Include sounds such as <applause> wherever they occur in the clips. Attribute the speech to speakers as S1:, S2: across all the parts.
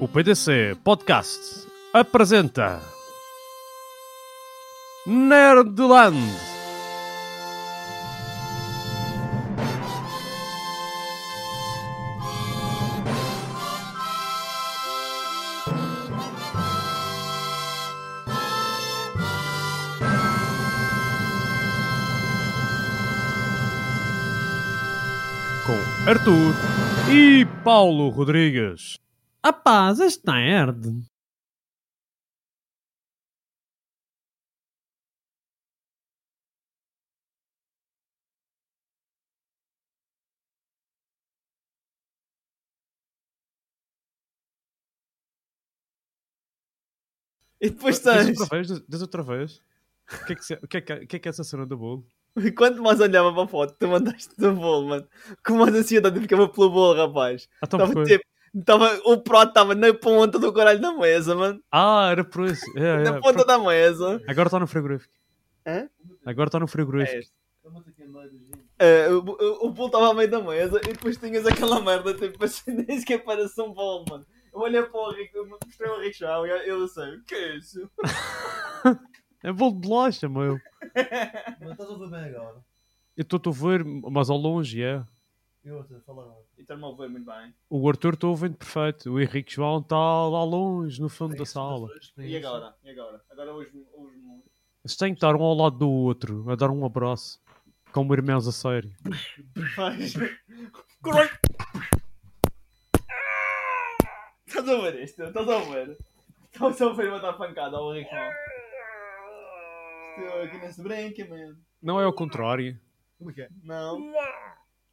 S1: O PDC Podcast apresenta Nerdland. Com Arthur e Paulo Rodrigues. Rapaz, este nerd.
S2: E depois
S1: Diz
S2: tens.
S1: outra vez, diz- diz outra vez. O que é que, se- o que, é, que é- o que é que é essa cena do bolo?
S2: Quando nós olhava para a foto, que tu mandaste do bolo, mano. Como a ansiedade ficava pelo bolo, rapaz.
S1: Ah, então
S2: Estava
S1: foi-
S2: tipo. Tava, o prato estava na ponta do caralho da mesa, mano.
S1: Ah, era por isso. É, é,
S2: na ponta
S1: pronto.
S2: da mesa.
S1: Agora está no frigorífico.
S2: Hã?
S1: Agora está no frigorífico.
S2: É este. É, o, o, o bolo estava ao meio da mesa e depois tinhas aquela merda, tipo, assim, <laughs> nem sequer parece um bolo, mano. Eu olhei para o Rico, eu mostrei o Rico Chão e eu, eu assim, o que é isso?
S1: É bolo de bolacha, meu.
S3: <laughs> Mas estás a ouvir bem agora?
S1: Eu estou-te a ouvir, mas ao longe, é.
S3: Eu outra, fala agora.
S2: E está-me a ouvir muito bem.
S1: O Arthur estou ouvindo perfeito. O Henrique João está lá longe, no fundo da sala.
S2: E agora? E agora? Agora os, os,
S1: Eles têm que estar um ao lado do outro, a dar um abraço. Como irmãos a sério.
S2: Faz. <laughs> Caralho! Estás a ver isto? Estás a ver? Estás a ver botar pancada ao Rico? Estou aqui nesse brinque, mano.
S1: Não é ao contrário.
S2: Não.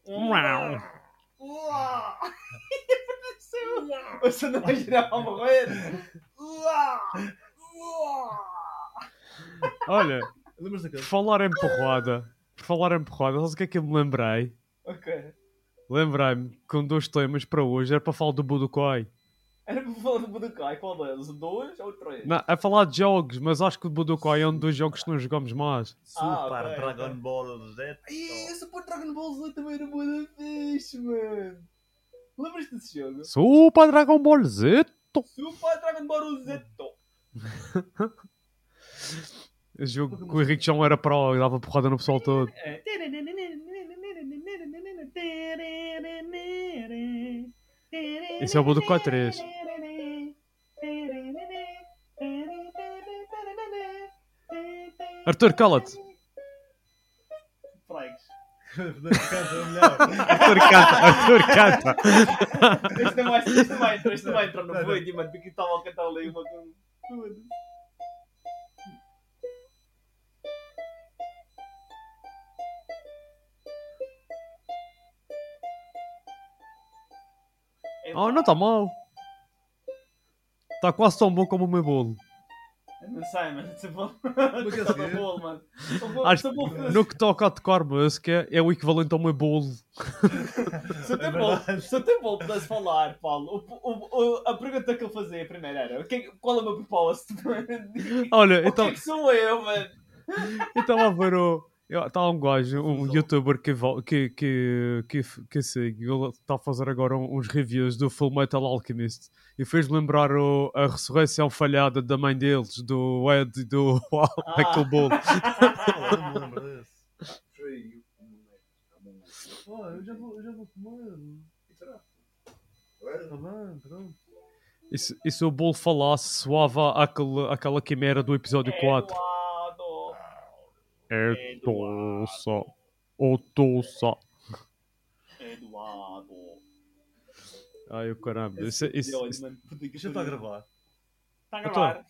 S1: Uau.
S2: <laughs> Uau! Você não vai girar para morrer? Uau! Uau!
S1: Olha,
S3: Lembras
S1: por
S3: daquele?
S1: falar em porrada, por falar em porrada, sabes o que é que eu me lembrei?
S2: Ok.
S1: Lembrei-me que um dos temas para hoje era para falar do Budokai.
S2: Era para falar do Budokai, qual deles? O dois ou o três?
S1: Não, é falar de jogos, mas acho que o Budokai é um dos jogos que não jogamos mais.
S2: Ah,
S3: Super
S2: ok,
S3: Dragon
S2: ok.
S3: Ball Z.
S2: Ih, esse pôr Dragon Ball Z também era boa da fixe, mano. Lembras-te desse jogo?
S1: Super Dragon Ball Z!
S2: Super Dragon Ball Z.
S1: Esse jogo que o Henrique Chão era pro e dava porrada no pessoal todo.
S2: É.
S1: Esse é o Budokai 3. Arthur, cala-te!
S2: Frags.
S3: <laughs> é Não,
S1: Arthur canta! Arthur canta!
S2: Este não vai, este não vai, este não vai entrar no vídeo, mano, porque estava a cantar ali uma com tudo.
S1: <laughs> Oh, não está mal! Está Tá quase tão bom como o meu bolo.
S2: Não sei, mano. Se for.
S3: que
S2: <laughs> Está
S3: é?
S2: bom, mano.
S1: Acho que no que toca a tocar música é o equivalente ao meu bolo.
S2: Se até
S3: É
S2: bom,
S3: verdade.
S2: se até bom pudesse falar, Paulo, o- o- o- a pergunta que ele fazia primeiro era: o que é que- qual é o meu propósito? <laughs>
S1: Então-
S2: O
S1: Olha,
S2: que
S1: então.
S2: é que sou eu, mano?
S1: Eu estava a ver o. Estava um gajo, um youtuber que, vo- que, que, que, f- que sigo, ele está a fazer agora um- uns reviews do Full Metal Alchemist e fez-me lembrar o- a ressurreição falhada da mãe deles, do Ed e do <laughs> Michael Bull.
S3: não me lembro desse. Oh, eu já vou, eu já vou comer. Tá bem, pronto.
S1: E se, e se o Bull falasse, soava aquele, aquela quimera do episódio
S2: É,
S1: 4.
S2: Eduardo.
S1: É tossa, ou tossa.
S2: Eduardo. lado.
S1: Ai, o caramba. Isso, é, isso,
S2: Olha,
S1: isso-
S2: mano, puta que
S3: Isto está a gravar.
S2: Está a gravar.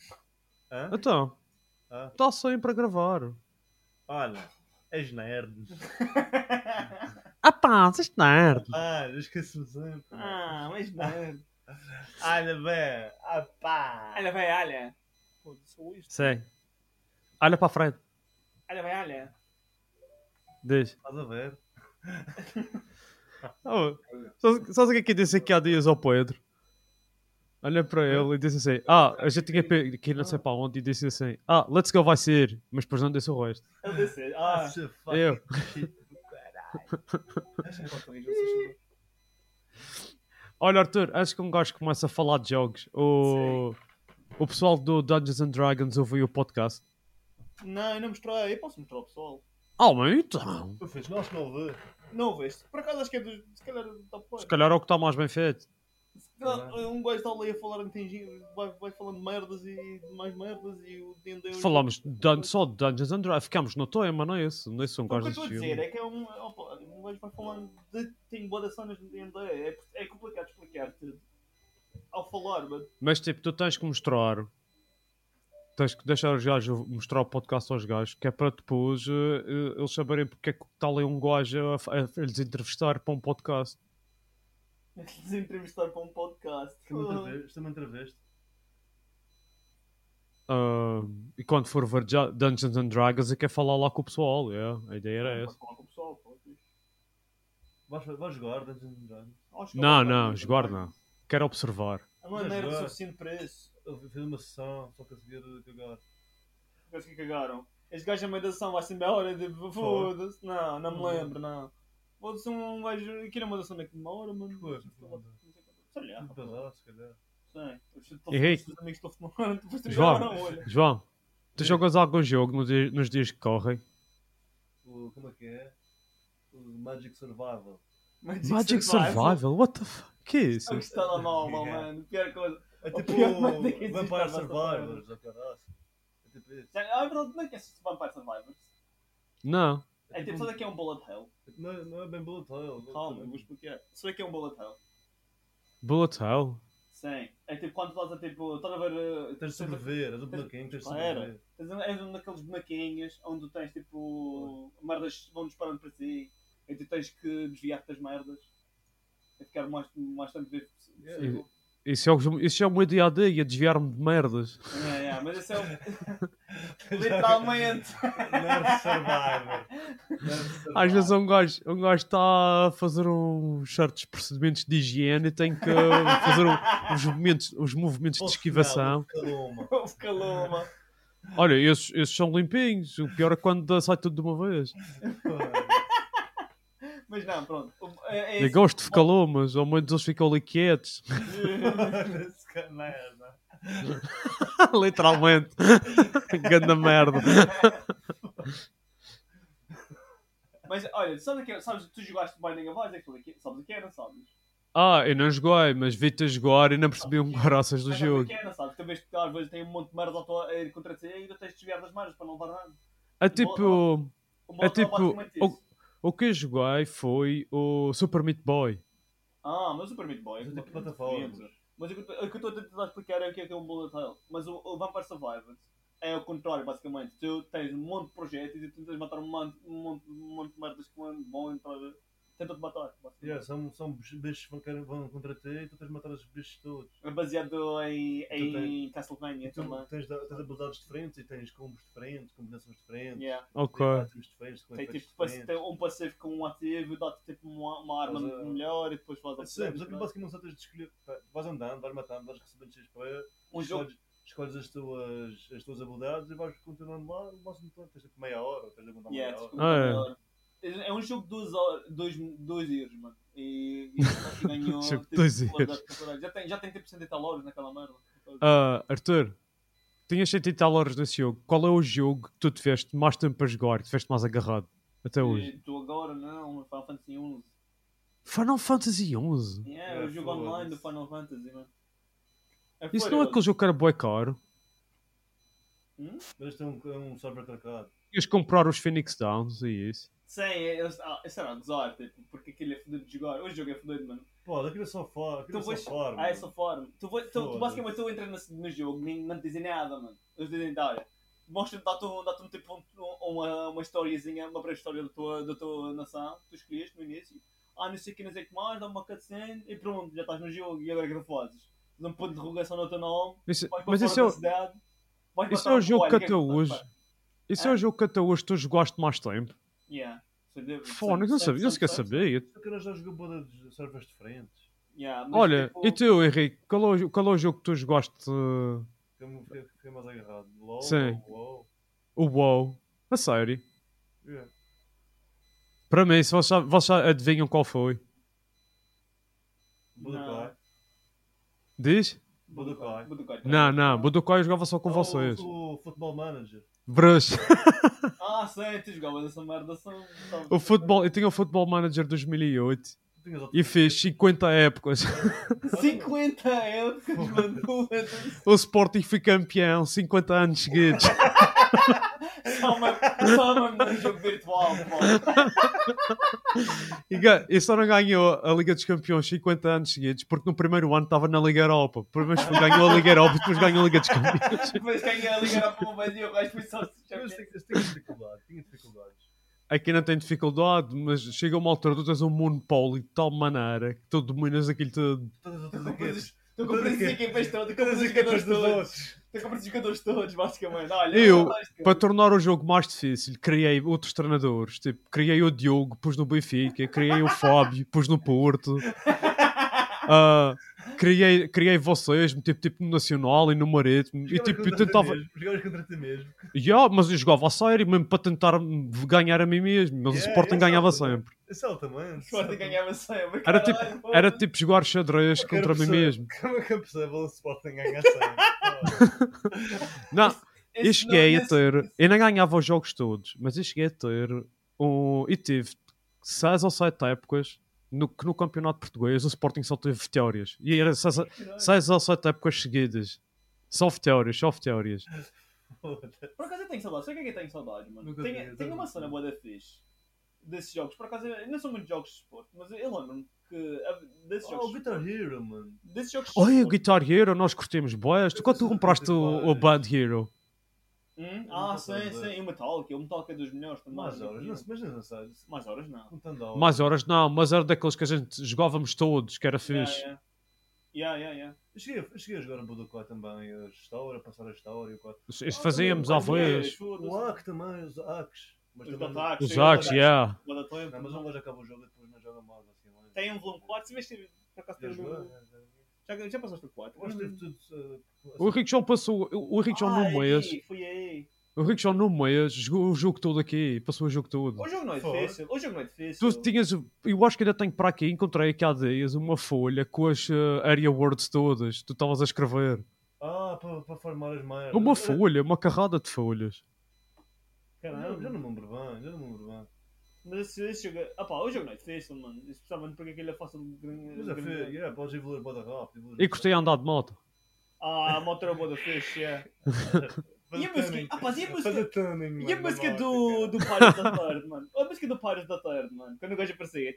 S3: Hã?
S1: Então,
S3: Ah,
S1: está sem para gravar.
S3: olha, és nerd. <laughs>
S1: Ah pá, vocês nerd.
S3: Ah, eu esqueci-me sempre.
S2: Ah, mas não.
S3: Olha, bem. Ah, pá.
S2: Olha, vai, olha. Foda-se, sou isto.
S1: Sim. Olha para a frente.
S2: Olha, vai, olha.
S1: Diz.
S3: Estás a ver?
S1: Oh, sabes sabes o que é que eu disse aqui há dias ao Pedro? Olha para ele e disse assim: Ah, a gente tinha pe- que ir não sei para onde e disse assim: Ah, let's go, vai ser. Mas depois não disse o resto.
S2: Ele disse, ah,
S3: se fuck.
S1: Eu.
S3: é
S2: deixa eu contar isto, vocês sabem.
S1: Olha, Arthur, acho que um gajo começa a falar de jogos. O, o pessoal do Dungeons and Dragons ouviu o podcast.
S2: Não, eu não mostrei. Eu posso mostrar ao pessoal.
S1: Ah, mas então.
S3: Tu fiz, nós não vê.
S2: Não veste. Por acaso acho que é do. Se calhar do top
S1: Se
S2: 4.
S1: calhar é o que está mais bem feito.
S2: Um gajo está ali a falar em tangível, vai, vai falando merdas e mais merdas e o Dendeu.
S1: Falámos de dun- só de Dungeons and Dragons. Ficámos no tema, não é isso? Não é isso um
S2: O que eu
S1: gajo
S2: estou a
S1: desses
S2: dizer
S1: filmes.
S2: é que é um. Opa, um gajo vai falando de. Tem boa cenas de D&D. É, é complicado explicar tudo. Ao falar, mas.
S1: Mas tipo, tu tens que mostrar. Tens que deixar os gajos mostrar o podcast aos gajos, que é para depois eh, eh, eles saberem porque é que está ali um gajo a, fa- a lhes entrevistar para um podcast.
S2: Se entrevistar para um podcast. Oh.
S3: Isto é uma entrevista. Isto é uma entrevista.
S1: Ah, e quando for ver ja- Dungeons and Dragons, é que é falar lá com o pessoal. yeah, a ideia era essa.
S2: Mas fala com o pessoal, pô.
S3: Vais vais jogar, Dungeons and Dragons.
S2: Acho que
S1: Não,
S2: ele vai-
S1: não, esguarda não. Quero observar.
S2: A maneira de
S3: Jogar.
S2: É suficiente para isso.
S3: Eu fiz uma sessão, só conseguir cagar.
S2: Parece que cagaram. é Este gajo a meio da sessão vai-se embora. Tipo, foda-se. Não, não me lembro, não. Foda-se um gajo. Aqui na mandação daqui de uma hora, mano. Tipo,
S3: Pois.
S2: Sei lá.
S3: Muito pesado, se calhar.
S1: Henrique.
S2: Os amigos estão fumando. <laughs> Depois tu
S1: João.
S2: já não olha.
S1: João, tu jogas algum jogo no dia- nos dias que correm?
S3: O, como é que é? O Magic Survival.
S2: Magic,
S1: Magic Survival? What the fuck? Que é isso?
S2: um É o que está lá <laughs> normal,
S3: Yeah.
S2: mano. Pior coisa.
S3: É
S2: O
S3: tipo
S2: pior merda que existe
S3: Vampire
S2: na nossa
S3: Survivors, ou caralho. É tipo isso.
S2: Já- Ah, é verdade, não é que é Vampire Survivors?
S1: Não.
S2: É tipo, sabe que é um bullet hell?
S3: Não, é- não é bem bullet hell.
S2: Calma, eu vou explicar. Sabe que é um bullet hell?
S1: Bullet Hell?
S2: Sim. É tipo, quando estás a tipo, estás a ver... uh,
S3: Tens de sobreviver, és um bonequinho, tens de
S2: Espera.
S3: sobreviver.
S2: Tens um- És um daqueles bonequinhos onde tu tens tipo. merdas vão disparando para ti e tu tens que desviar-te das merdas. É ficar mais, mais tanto vezes possível.
S3: Yeah.
S1: Sim. Isso é, o- isso é o meu dia a dia, desviar-me de merdas.
S2: É, é, mas esse é o.
S1: <laughs>
S2: Literalmente!
S3: <laughs> Nerd Survivor. Nerd Survivor.
S1: Às vezes um gajo um gajo está a fazer uns certos procedimentos de higiene e tem que fazer um- uns movimentos, uns movimentos de
S2: Oh,
S3: Posso
S1: esquivação.
S3: não, Calma.
S2: <laughs> Houve caloma!
S1: Olha, esses, esses são limpinhos. O pior é quando sai tudo de uma vez.
S2: Mas não, pronto. O- É, é
S1: Eu
S2: esse-
S1: gosto de ficar mas ao menos eles ficam ali quietos. <laughs>
S3: é
S2: <laughs>
S3: Esse cara é merda.
S1: Literalmente. <laughs> Ganda merda.
S2: Mas olha, sabes, o que, é- sabes tu jogaste Binding of Isaac? tudo aqui- Sabes o que era, sabes?
S1: Ah, eu não joguei, mas vi-te a jogar e não percebi um <laughs> graças do
S2: Mas é sabes o
S1: jogo.
S2: que era, sabes? Tu vês que às vezes tem um monte de merda ao teu- a ir contra ti e ainda tens de desviar das merdas para não levar nada. Um
S1: É tipo.
S2: O
S1: É
S2: Molotov
S1: tipo.
S2: basicamente
S1: O,
S2: isso.
S1: o que eu joguei foi o Super Meat Boy.
S2: Ah, mas o Super Meat Boy é
S3: Mas é
S2: tipo
S3: plataforma.
S2: plataforma. Mas o que eu estou a tentar explicar é o que é que é um bullet hell. Mas o, o Vampire Survivors é o contrário, basicamente. Tu tens um monte de projéteis e tu tentas matar um monte, um monte, um monte de merdas que vão- vão entrar. Tentam-te matar. basicamente.
S3: Yeah, são, são bichos que vão querer- vão contra ti e tu tens de matar os bichos todos.
S2: É baseado em,
S3: Tu
S2: em
S3: tens-
S2: Castlevania
S3: Tu
S2: também.
S3: tens, da- tens habilidades diferentes e tens combos diferentes, combinações diferentes.
S2: Yeah.
S1: Ok.
S3: Items diferentes, com
S2: Tem
S3: efeitos
S2: tipo pass-
S3: diferentes.
S2: tem um passivo com um ativo, dá-te tipo uma, uma arma
S3: Mas, ah,
S2: melhor e depois faz
S3: Sim, mas
S2: é.
S3: aquilo basicamente não só tens de escolher. pá, tu Vais andando, vais matando, vais recebendo XP,
S2: Um jogo
S3: escolhes, escolhes as, tuas, as tuas habilidades e vais continuando lá. O máximo de tempo tens tipo meia hora, ou tens de aguentar meia
S2: Yeah,
S3: hora.
S2: desculpa,
S1: Ah, é.
S2: melhor. é. um jogo de 2 horas, dois, dois euros, mano. E,
S1: <laughs>
S2: e ganhou. um
S1: Jogo de dois
S2: uma
S1: euros.
S2: temporada. Já tem, já tem tipo 100 e tal horas naquela merda.
S1: Ah, Arthur, tinhas 100 e tal horas nesse jogo. Qual é o jogo que tu tiveste mais tempo para jogar, que tiveste mais agarrado? Até é hoje.
S2: Estou agora, não, Final Fantasy XI.
S1: Final Fantasy XI?
S2: Yeah, é
S3: Yeah,
S2: o jogo
S3: foda-se.
S2: online do Final Fantasy, mano. É
S1: Isso
S2: fora,
S1: não é
S2: mano.
S1: aquele jogo que era bué caro?
S3: Mas este é um, é um server crackado.
S1: Ias comprar os Phoenix Downs e isso.
S2: Sim, eu, ah, isso era a gozar, tipo, porque aquilo é fodido de jogar. Hoje o jogo é fodido, mano.
S3: Pô, aquilo é só fora.
S2: Tu
S3: Aquilo é só
S2: vais.
S3: forma.
S2: Ah, é só forma. Tu, vais, tu, tu
S3: Foda-se.
S2: basicamente tu entras nesse- no, jogo, nem, não te dizem nada, mano. Eles dizem, olha, mostra-te, dá-te um, dá-te um tipo um, uma, uma historiazinha, uma breve história da tua, da tua nação, que tu escolheste no início. Ah, não sei o que, não sei o que mais, dá uma cutscene e pronto, já estás no jogo e agora que não fazes? Dá um ponto de interrogação no teu nome,
S1: Isso-
S2: vais para
S1: mas
S2: fora
S1: isso
S2: da
S1: é, o-
S2: cidade. vais
S1: isso
S2: matar
S1: é o
S2: um
S1: jogo
S2: coelho,
S1: que
S2: é
S1: até
S2: tu fazes,
S1: hoje.
S2: pá?
S1: Isso é o jogo que até hoje tu jogaste mais tempo.
S2: Yeah. Sem dúvida.
S1: Fone, não
S2: Sem-
S1: sabia,
S2: sem-
S1: não sequer
S2: sem-
S1: sabia.
S3: Porque nós já jogamos boda de servas diferentes.
S2: Yeah, mas,
S1: Olha,
S2: tipo,
S1: e tu, Henrique, qual é o, jo- qual é o jogo que tu jogaste? uh,
S3: Fiquei- Fiquei fiquei mais agarrado. LOL,
S1: Sim.
S3: LOL.
S1: O WoW? A sério?
S3: Yeah.
S1: Para mim, se vocês, já- vocês já adivinham qual foi?
S3: Budokai.
S1: Diz?
S3: Budokai. É
S2: Budokai. tá
S1: Não, não, Budokai eu jogava só
S3: Oh.
S1: com vocês.
S3: O, o Football Manager.
S1: Bruxo.
S2: Ah, sei, tu jogavas essa merda só. só-
S1: O futebol, eu tinha o Football Manager 2008
S3: Tu tinhas outro-
S1: e fez 50 épocas.
S2: 50 euros que mandou
S1: O Sporting foi campeão 50 anos seguidos.
S2: só uma só uma num jogo virtual, pô.
S1: E, ga- e só não ganhou a Liga dos Campeões 50 anos seguidos porque no primeiro ano estava na Liga Europa. Primeiro foi- ganhou a Liga Europa e depois ganhou a Liga dos Campeões.
S2: Depois quem ia ligar para o Brasil e o gajo foi só se
S3: Eu
S2: chamar.
S3: tinha eu tinha dificuldades. Tinha dificuldades.
S1: Aqui não tem dificuldade, mas chega uma altura tu tens um monopólio de tal maneira que tu dominas aquilo tudo.
S3: Todas as outras equipas.
S2: Tu compras as equipas todas, tu compras
S3: Todas
S2: os
S3: as equipas
S2: jogadores
S3: dos
S2: todos.
S3: outros.
S2: Tu compras os jogadores todos, basicamente. Olha,
S1: Eu,
S2: gosto.
S1: para tornar o jogo mais difícil, criei outros treinadores. Tipo, criei o Diogo, pus no Benfica, criei o Fábio, pus no
S3: <laughs>
S1: Porto. Ah, criei, criei vocês, tipo, tipo no Nacional e no Marítimo. E tipo, eu tentava.
S3: Jogavas contra ti mesmo.
S1: Ya, mas eu jogava a sério mesmo para tentar ganhar a mim mesmo, mas o
S3: Yeah,
S1: Sporting
S3: yeah,
S1: ganhava
S3: yeah.
S1: sempre.
S3: Esse é o tamanho.
S2: O Sporting ganhava sempre.
S1: Era tipo-
S2: caralho, pô.
S1: Era tipo jogar xadrez
S3: Qualquer
S1: contra mim
S3: pessoa-
S1: mesmo.
S3: Como é que é possível o Sporting
S2: <laughs>
S3: ganhar sempre?
S1: Não, eu
S2: Esse
S1: cheguei
S2: não-
S1: a ter, eu não ganhava os jogos todos, mas eu cheguei a ter um, e tive seis ou sete épocas no, que no campeonato português o Sporting só teve vitórias. E era seis, seis ou sete épocas seguidas. Só vitórias, só vitórias.
S2: Por acaso eu tenho saudade, sei o que é que eu tenho saudade, mano?
S3: Nunca
S2: Tenho,
S3: vi,
S2: tenho
S3: nunca
S2: uma
S3: vi.
S2: cena boa da fixe desses jogos. Por acaso eu não sou muito de jogos de esporte, mas eu lembro-me que ah, desses
S3: Oh, o
S2: jogos.
S3: Guitar Hero, mano.
S2: Desses jogos de
S1: Olha, o
S2: esporte-
S1: Guitar Hero, nós curtimos boas. Tu quando tu compraste o, o Band Hero?
S2: Hum?
S3: Eu
S2: Ah,
S3: nunca
S2: sim,
S3: soube.
S2: sim. E o Metallica, o Metallica é dos melhores também.
S3: Mais horas, não, mas não sei.
S2: Mais horas não.
S3: Contando horas.
S1: Mais horas não, mas era daqueles que a gente jogávamos todos, que era fixe.
S2: Yeah, yeah, yeah, yeah, yeah.
S3: Eu cheguei, eu cheguei a jogar o Budokai também, a gestora, a passar a gestora e o 4.
S1: Isto fazíamos à
S2: Mas,
S1: vez.
S2: foda-se.
S3: O AC também, os ACs. Mas
S2: Os
S3: também não-
S2: ataques.
S1: Os Axe, yeah.
S2: Bué da tempo.
S3: Não, mas um gajo acaba o jogo e depois não joga mais. Assim, mas...
S2: Tem um volume 4, se vês que por acaso
S3: Já
S2: tem um
S3: jogou?
S2: volume. Já, já passaste por 4?
S3: Eu acho que teve tudo. assim.
S1: O Rick John passou, o Rick é John no mês,
S2: Fui aí.
S1: o Rick John no mês, jogou o jogo todo aqui, passou o jogo todo.
S2: O jogo não é
S3: Foda.
S2: difícil. O jogo não é difícil.
S1: Tu tinhas, eu acho que ainda tenho para aqui, encontrei aqui há dias uma folha com as eh, area words todas, tu estavas a escrever.
S3: Ah, para, para formar as merdas.
S1: Uma
S3: Eu-
S1: folha, uma carrada de folhas.
S3: Caralho, já não me lembro bem, já não me lembro bem.
S2: Mas esse, esse jogo. é- Ah pá, o jogo não é difícil, mano. Especialmente porque aquilo é fácil de ganhar.
S3: Mas é feio, yeah, podes evoluir boda rápido. evoluir
S1: E
S3: bué.
S1: gostei a andar de moto.
S2: Ah, a moto era boa da fixe,
S3: <laughs>
S2: yeah.
S3: Fazer
S2: E a música?
S3: tuning.
S2: Rapaz, e a música?
S3: Fazer tuning,
S2: E a
S3: mano, na
S2: música
S3: moto,
S2: do,
S3: cara.
S2: do Pirates
S1: <laughs>
S2: da Tarde, mano? A música do Pirates da Tarde, mano? Quando o gajo aparecia.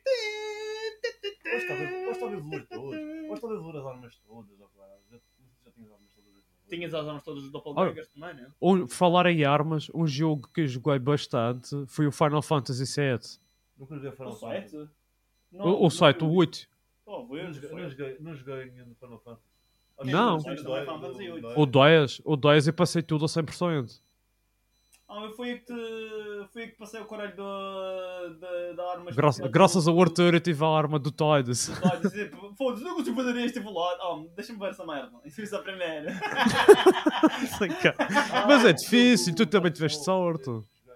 S3: Hoje estava hoje estava a evoluir todos. Hoje estava a evoluir as armas todas. ó, caralho. Já já tinha as armas todas. evoluídas.
S2: Tinhas as armas todas do Doppelgangers também, né?
S1: Um, falar em armas, um jogo que eu joguei bastante foi o Final Fantasy VII.
S3: Nunca joguei Final
S2: O
S3: Fantasy.
S2: 7? Ah,
S1: O, o site, o 8.
S2: Oh,
S3: Eu
S2: vou
S3: Não joguei- não joguei- não joguei nenhum do Final Fantasy. Acho
S1: Não.
S3: que o do-
S2: Final Fantasy
S3: do- do-
S2: oito.
S1: O 10, o 10 eu passei tudo a 100%.
S2: Ah, mas foi eu que te. Foi eu que passei o coragem da. da, da arma.
S1: Graça, graças ao Arthur eu tive a arma do Tidus.
S2: Vai dizer, foda-se, não consigo fazer este vou lá. Oh, deixa-me ver essa merda. Isso é a primeira.
S1: <laughs> Mas é difícil, tu também tiveste sorte.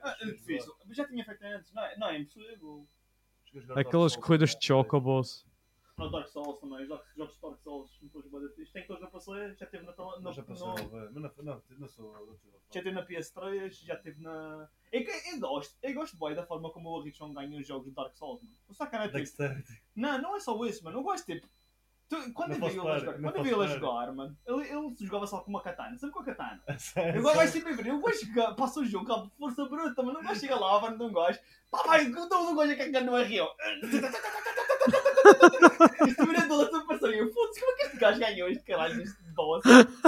S2: Ah, é difícil. Mas já tinha feito antes, não é, não, é impossível.
S3: Cheguei a jogar
S1: Aquelas
S3: Dark Souls,
S1: corridas
S3: cara.
S1: de oh, Chocobos.
S2: Não, Dark Souls também, os jogos- jogos de Dark Souls, depois de bater fixe. Tem que eu já passei, eh, já teve na, na,
S3: Mas já passou,
S2: na-
S3: velho. Mas não- não, não sou. não sou-
S2: já teve na PS3, já teve na. Eu, eu- eu gosto, eu gosto bem da forma como o Richon ganha os jogos de Dark Souls, mano. O sacana é tipo.
S3: Dexterity.
S2: Não, não é só isso, mano. Eu gosto tipo. Tu- quando
S3: Não
S2: eu vi
S3: posso
S2: ele a
S3: parar,
S2: jogar,
S3: não
S2: quando eu vi
S3: posso
S2: ele a
S3: parar.
S2: jogar, mano, ele, ele jogava só com uma katana, sempre com a katana. Eu
S3: Agora
S2: gosto vai sempre ver, eu gosto de jogar, passa o jogo, cabo, força bruta, mas não gosto de chegar lá, mano, não gosto. Pá, vai, eu dou um gosto a cagar no arreio. Isto me deu a passarinho. Foda-se, como é que este gajo ganhou este caralho, este boss?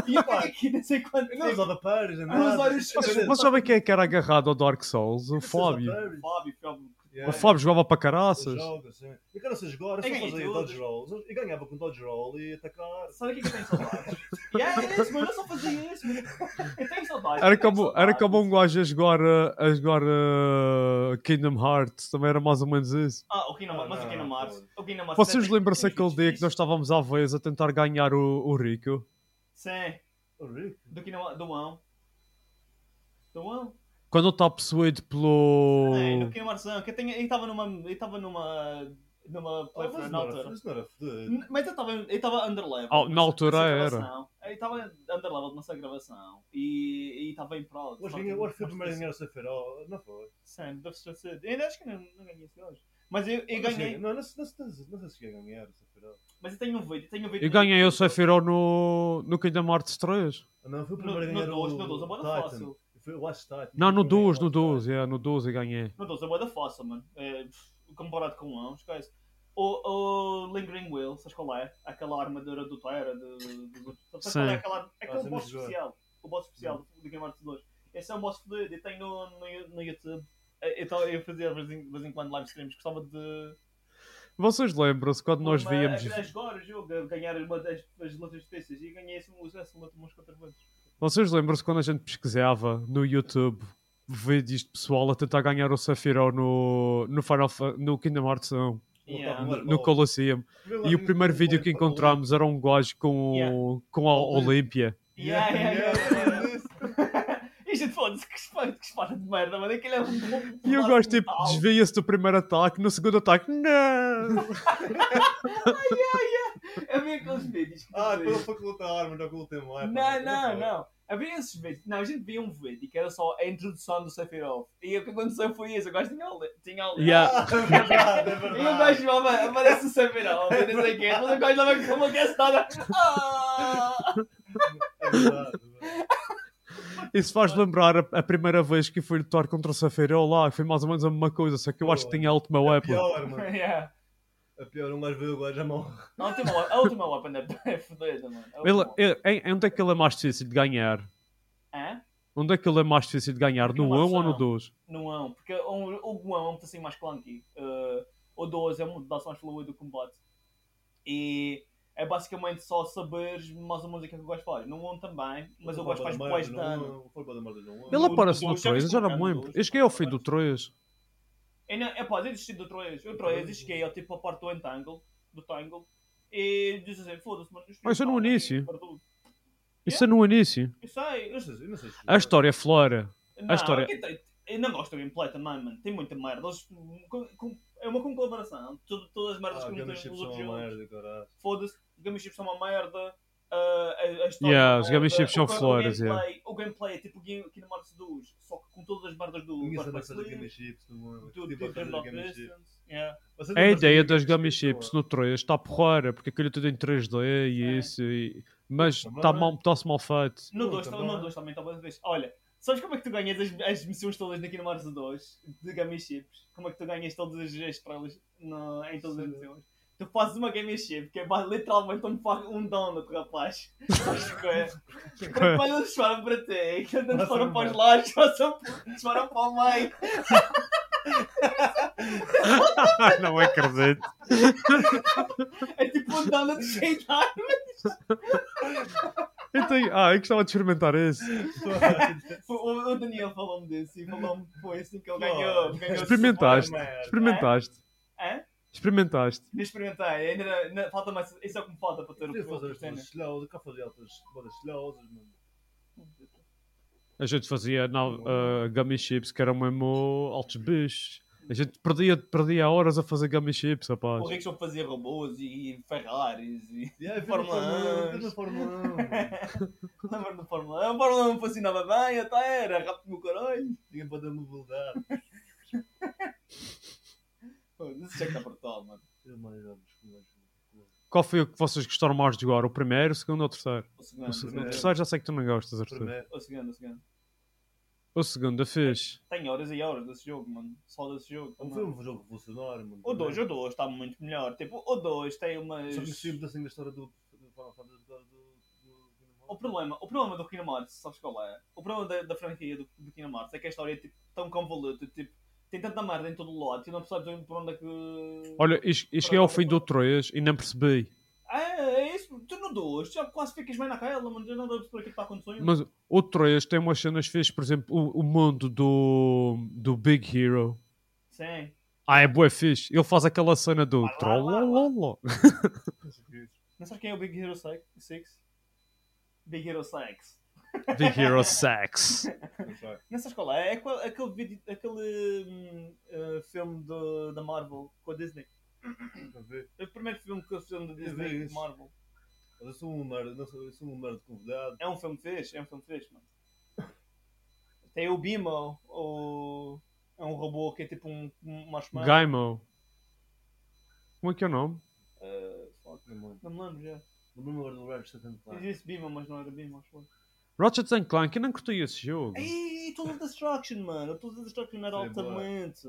S2: E eu fico aqui, não sei quanto.
S3: Não
S2: tempo.
S3: usava pares, não
S2: Não usava os-
S1: Vocês vocês sabem quem é que era agarrado ao Dark Souls? O Fábio.
S2: Fábio, Fábio.
S1: O Fábio jogava para
S3: é
S1: caraças.
S3: um assim. Eu quero vocês agora,
S2: Eu
S3: só
S2: ganhei
S3: fazer
S2: todas.
S3: dodge rolls. Eu ganhava com dodge roll e atacar.
S2: Sabe o que é que eu tenho saudades? E é isso, mano, eu só fazia isso, mano. Eu tenho saudades.
S1: Era
S2: eu tenho
S1: como, era
S2: saudades.
S1: como um gajo a jogar, uh, a jogar uh, Kingdom Hearts, também era mais ou menos isso.
S2: Ah, o Kingdom Hearts, mas o
S3: Não,
S2: Kingdom
S3: não,
S2: Hearts. O Kingdom Hearts.
S1: um- Vocês
S2: tem-
S1: lembram-se
S2: tem
S1: aquele
S2: vídeos
S1: dia que
S2: fixos.
S1: nós estávamos à vez a tentar ganhar o, o Rico?
S2: Sim,
S3: Oh, Rico.
S2: do Kingdom Hearts. Do Ão. Do Ão?
S1: Quando ele está possuído pelo.
S2: É, no Kingdom Hearts 1, que eu tenho- ele estava numa. Ele estava numa. numa
S3: Oh, mas
S2: playthrough na
S3: não era-
S2: altura.
S3: mas não era fudido.
S2: N- Mas eu estava eu estava underlevel.
S1: Ah, na altura era.
S2: é Eu estava underlevel nessa gravação. E e estava em prol.
S3: Hoje ganhei- hoje foi o primeiro a ganhar o Sephiroth. Não foi.
S2: Sim, deve ter sido. Eu ainda acho que não, não ganhei esse hoje. Mas eu, eu
S3: Não
S2: ganhei.
S3: sei- né? Não, não, sei- não, sei- não sei se cheguei a ganhar o Sephiroth.
S2: Mas eu tenho um vídeo. Tenho um vídeo
S1: Eu ganhei o Sephiroth no, no Kingdom Hearts 3.
S3: Não, foi o
S2: No
S3: primeiro a
S2: 12,
S3: ganhar
S2: no
S3: o
S2: 12, no 12, é boa da
S3: Titan.
S2: fácil.
S3: Foi o Watch Titan.
S1: Não, no
S3: Eu ganhei o
S1: 12, no
S3: Watch
S1: 12, é, no 12 eu ganhei.
S2: Meu Deus, é boa da fossa, mano. É, pff, comparado com um, esquece. O, o Lingering Will, sabes qual é? Aquela armadura do Tyra, do, do, do, sabes qual
S1: Sim.
S2: é? Aquela, ar- aquele
S3: sim,
S2: boss
S3: mas agora-
S2: especial. O boss especial do do Game Arts 2. Esse é um boss fodido. Eu tenho no, no, no YouTube. Eu, eu, tava- eu fazia de vez em- de vez em quando live streams. Gostava de.
S1: Vocês lembram-se quando nós
S2: uma-
S1: víamos.
S2: A, a jogar o jogo, a ganhar uma das, das lutas difíceis. E ganhei esse, esse luta umas quatro vezes.
S1: Vocês lembram-se quando a gente pesquisava no YouTube vídeos de pessoal a tentar ganhar o Sephiroth no, no, Final, Fa- no Kingdom Hearts 1,
S2: Yeah.
S3: Mortal Kombat.
S1: no Colosseum? E o primeiro vídeo que encontramos era um gajo com,
S2: Yeah.
S1: com a Olímpia.
S2: Yeah, yeah, yeah. yeah,
S3: yeah.
S2: <laughs> E a gente foda-se que espada que espada de merda, mano. Aquele é um bom
S1: E o
S2: pedaço
S1: gajo
S2: de
S1: tipo
S2: metal.
S1: desvia-se do primeiro ataque, no segundo ataque, não!
S2: Havia aqueles vídeos. que
S3: <laughs> Ah,
S2: tu
S3: quando
S2: vês.
S3: foi com a arma, não com o tema. é, pá,
S2: Não,
S3: é,
S2: não,
S3: pá.
S2: não. Havia esses vídeos. Não, a gente via um vídeo que era só a introdução do Sephiroth. E o que aconteceu foi isso. O gajo tinha aula. Tinha aula.
S1: Yeah.
S3: Ah, é
S2: <laughs>
S3: verdade, é
S2: E o
S3: verdade.
S2: gajo "Mama, aparece o Sephiroth. E não sei o quê. Mas o gajo estava com uma castada. Ah!
S3: É verdade, é verdade.
S1: Isso faz lembrar a, a primeira vez que fui lutar contra o Sephiroth lá, que foi mais ou menos a mesma coisa, só que eu acho que tinha a última weapon.
S3: Pior, mano.
S2: Yeah.
S3: A pior, um gajo veio, o gajo já morre.
S2: A última, a última weapon é fodida, mano. A
S1: Ele,
S2: última.
S1: ele, em- onde é que ele é mais difícil de ganhar?
S2: Hã?
S1: Onde é que ele é mais difícil de ganhar? No
S2: Não
S1: 1
S2: há
S1: ou no
S2: opção.
S1: 2?
S2: Não é um. Porque um, o 1 é um assim mais clunky. Eh, o 12 é um pedaço mais fluido do combate. E é basicamente só saberes mais ou menos o que é que o gajo faz. No 1 também, mas o gajo faz mais dano.
S3: Foi para merda, não.
S1: Ele
S2: No-
S1: aparece
S2: no
S1: no
S2: dois, já
S1: 3, eu
S2: viste
S1: já não
S2: como é
S1: me
S2: no
S1: lembro.
S2: dois?
S1: Eu cheguei ao fim do 3.
S2: É, não, é pá, eu desisti do 3. O 3 eu cheguei ao tipo a parte do Entangle. Do Tangle. E disse assim: foda-se, mas.
S1: Mas isso é no
S2: Não,
S1: início.
S2: perdu.
S1: Isso é no início.
S2: Eu sei.
S3: Não
S2: Eu...
S3: sei se- não sei se-
S1: A história é flora.
S2: Não,
S1: história-
S2: eu te- Eu não gosto do gameplay também, mano. Tem muita merda. Eles- com- com- É uma colaboração. Todas as merdas
S3: Ah,
S2: que
S3: gama
S2: metem
S3: chips
S2: nos
S3: são
S2: outros
S3: uma
S2: jogos.
S3: merda, caralho.
S2: foda-se, os gaming chips são uma merda. ah, a, a história
S1: Yeah,
S2: é uma
S1: os gaming
S2: merda,
S1: chips são
S2: o ga-
S1: flores,
S2: O gameplay, o gameplay é tipo Game- Kingdom Hearts 2, só que com todas as merdas do
S3: Ninguém sabe
S2: Birthday
S3: fazer
S2: Sleep,
S3: gama chips, não é?
S2: do do
S3: Tipo, a fazer
S2: Dream of
S3: gama chips.
S2: Distance. Yeah.
S3: Vocês não
S1: É A
S3: gostam
S1: ideia
S3: de
S1: das
S3: é gama
S1: Gummy Chips
S3: não
S1: no 3 está porreira, porque aquilo tudo em 3D
S2: É.
S1: e isso. e- Mas
S3: Também
S1: está
S3: não é.
S1: mal, tá-se mal feito.
S2: No
S3: Pô,
S2: 2
S3: tá
S2: também,
S3: bom.
S2: no 2 também, talvez vez. Olha, sabes como é que tu ganhas as, as missões todas na Kingdom Hearts 2 de gaming chips? Como é que tu ganhas todas as estrelas no, em todas as
S3: Sim.
S2: missões? Tu fazes uma gaming chip que é ba- literalmente um, fa- um donut, rapaz. Sabes o que é? Quando eles choram para ti, quando eles
S3: Passam
S2: foram para
S3: mal.
S2: os lados, passam- choram para a mãe.
S1: não acredito.
S2: É tipo um donut cheio de ar.
S1: Eu tenho- Ah, eu gostava de experimentar isso.
S3: <laughs> é?
S2: Foi- O, o Daniel falou-me desse e falou-me foi assim que ele
S3: Oh.
S2: ganhou. ganhou
S1: Experimentaste.
S3: merda.
S1: Experimentaste.
S2: Hã?
S1: Experimentaste.
S2: Não experimentei, ainda não- não- falta mais. Isso é o que me falta para ter
S3: Eu
S2: o
S3: devia
S2: pro-
S3: fazer
S2: pro
S3: as coisas
S2: cena.
S3: chelhausas, cá fazia outras bodas chelhausas, mano.
S1: A gente fazia não, ah, gummy chips que eram mesmo altos bichos. A gente perdia, perdia horas a fazer gummy chips, rapaz.
S2: O Rickson fazia robôs e, e Ferraris e.
S3: E aí,
S2: Fórmula
S3: Fórmula 1,
S2: 1.
S3: fez na Fórmula 1. mano.
S1: Hum.
S2: <laughs> Lembra do Fórmula 1? A Fórmula 1 funcionava bem, até era rápido no caralho.
S3: Ninguém pode dar mobilidade.
S2: Pô, Não se checa para tal, mano.
S3: Eu mais amo os comandos.
S1: Qual foi o que vocês gostaram mais de jogar? O primeiro, o segundo ou o terceiro?
S2: O
S1: O,
S2: segundo.
S1: se- o
S3: primeiro.
S1: terceiro já sei que também gostas, Arthur.
S3: Primeiro.
S2: O segundo, o segundo.
S1: O segundo, é fixe.
S2: Tem horas e horas desse jogo, mano. Só desse jogo.
S3: Não
S2: também.
S3: foi um jogo revolucionário, mano.
S2: O 2,
S3: Também.
S2: o 2 está muito melhor. Tipo, o 2 tem umas.
S3: Só que sempre assim da história do. do Final Fantasy, do. do. do-
S2: O problema, o problema do Kingdom Hearts, sabes qual é? O problema da, da franquia do, do Kingdom Hearts é que a história é tipo, tão convoluta, tipo, tem tanta merda em todo o lado e não percebes por onde é que.
S1: Olha, e, e cheguei ao fim do 3 e não percebi.
S2: É, é isso, tu no 2 já quase ficas bem naquela, mas eu não dou por tá aqui para acontecer.
S1: Mas o 3 tem umas cenas fixes, por exemplo, o, o mundo do, do Big Hero.
S2: Sim.
S1: Ah, é bué fixe. Ele faz aquela cena do
S2: Vai lá,
S1: trollololó.
S2: Não sabes quem é o Big Hero 6? Big Hero 6.
S1: <laughs> Big
S2: <laughs>
S1: Hero Sex.
S3: Não sei.
S2: Não sabes qual é? É aquele, aquele, vídeo, aquele hum, eh, filme do- da Marvel com a Disney.
S3: Não sei.
S2: É o primeiro filme que eu fiz da
S3: Eu
S2: Disney
S3: vi
S2: de
S3: isso.
S2: Marvel.
S3: Mas eu sou um merda, não sou, eu sou um merda convidado.
S2: É um filme fixe, é um filme fixe, mano. Tem o Bimo, o... é um robô que é tipo um um marshmallow.
S1: Gaimo. Como é que é o nome?
S2: Eh, fuck,
S3: Não me lembro.
S2: não me lembro já.
S3: Não me lembro do Ratchet and Clank.
S2: Eu disse Bimo, mas não era Bimo, acho que
S1: Ratchet and Clank. Eu não curti esse jogo.
S2: Ei, Total Destruction, mano. Total Destruction era
S3: Foi
S2: altamente.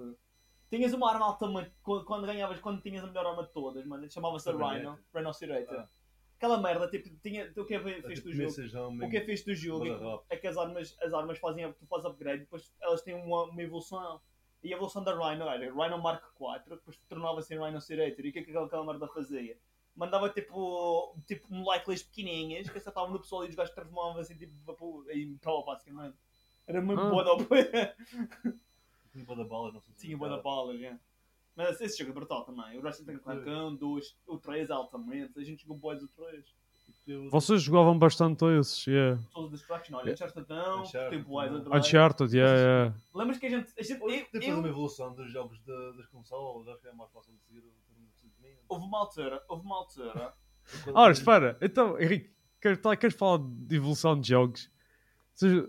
S2: Tinhas uma arma altamente qu- quando ganhavas, quando tinhas a melhor arma de todas, mano. Chamava-se a Rhino,
S3: Rhino.
S2: Rhinocerata.
S3: Ah.
S2: Aquela merda, tipo, tinha, o que é
S3: Até
S2: fez do
S3: comer
S2: jogo?
S3: seja homem.
S2: O que é fixe do jogo
S3: Mas é rápido.
S2: é que as armas, as armas fazem, up- tu fazes upgrade e depois elas têm uma, uma evolução. E a evolução da Rhino era Rhino Mark IV, depois tornava-se em Rhino Cerator. E o que é que aquela, aquela merda fazia? Mandava tipo, tipo moléculas pequenininhas que acertavam no pessoal e os gajos transformavam-se em tipo vapor- em pau, basicamente. Era muito
S1: Ah.
S2: boa
S3: <laughs>
S2: da
S3: Tinha boa da bala, não sei se
S2: Tinha
S3: é
S2: boa da
S3: cara.
S2: bala, já. Mas esse jogo é brutal também. O Ratchet Clank 1, 2, o 3 altamente. A gente jogou boys o 3.
S3: Eu-
S1: Vocês jogavam bastante esses, yeah.
S2: Soul Destruction, olha, Uncharted não,
S3: Uncharted,
S2: tem boys
S3: não.
S2: atrás.
S1: É. Uncharted, yeah, yeah.
S2: Lembras que a gente. A gente eu-
S1: tipo
S3: Depois
S2: eu-
S3: de uma evolução dos jogos de, das consoles, acho que é mais fácil de seguir o termo de procedimento.
S2: houve uma altura, houve uma
S1: <laughs>
S2: altura.
S1: Ora, espera. Então, Henrique, queres, tá- queres falar de evolução de jogos? Vocês-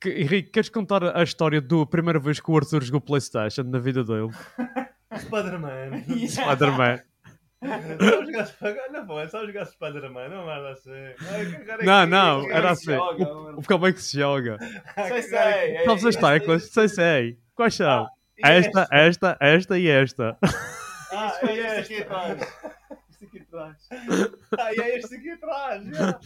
S1: que- Henrique, queres contar a história da primeira vez que o Arthur jogou Playstation na vida dele?
S3: Spider-Man!
S1: Tipo
S2: <laughs>
S1: Spider-Man.
S3: Só jogar Spider- Não, pô, é só jogar Spider-Man, não é nada assim. Ai, que cara é
S1: Não,
S3: que-
S1: não,
S3: que
S1: era
S3: cara
S1: assim.
S2: Joga,
S1: O,
S2: mano.
S1: o como é que se joga?
S2: Sei,
S3: que-
S2: sei.
S3: cara é que-
S2: é-
S1: Sabes as teclas? Sei, sei. Quais são?
S3: Ah,
S1: Esta, esta, esta e esta.
S2: Ah,
S3: Isso foi
S2: é isso aqui atrás. <laughs> Isso aqui atrás.
S3: Ah, e é este aqui atrás! já.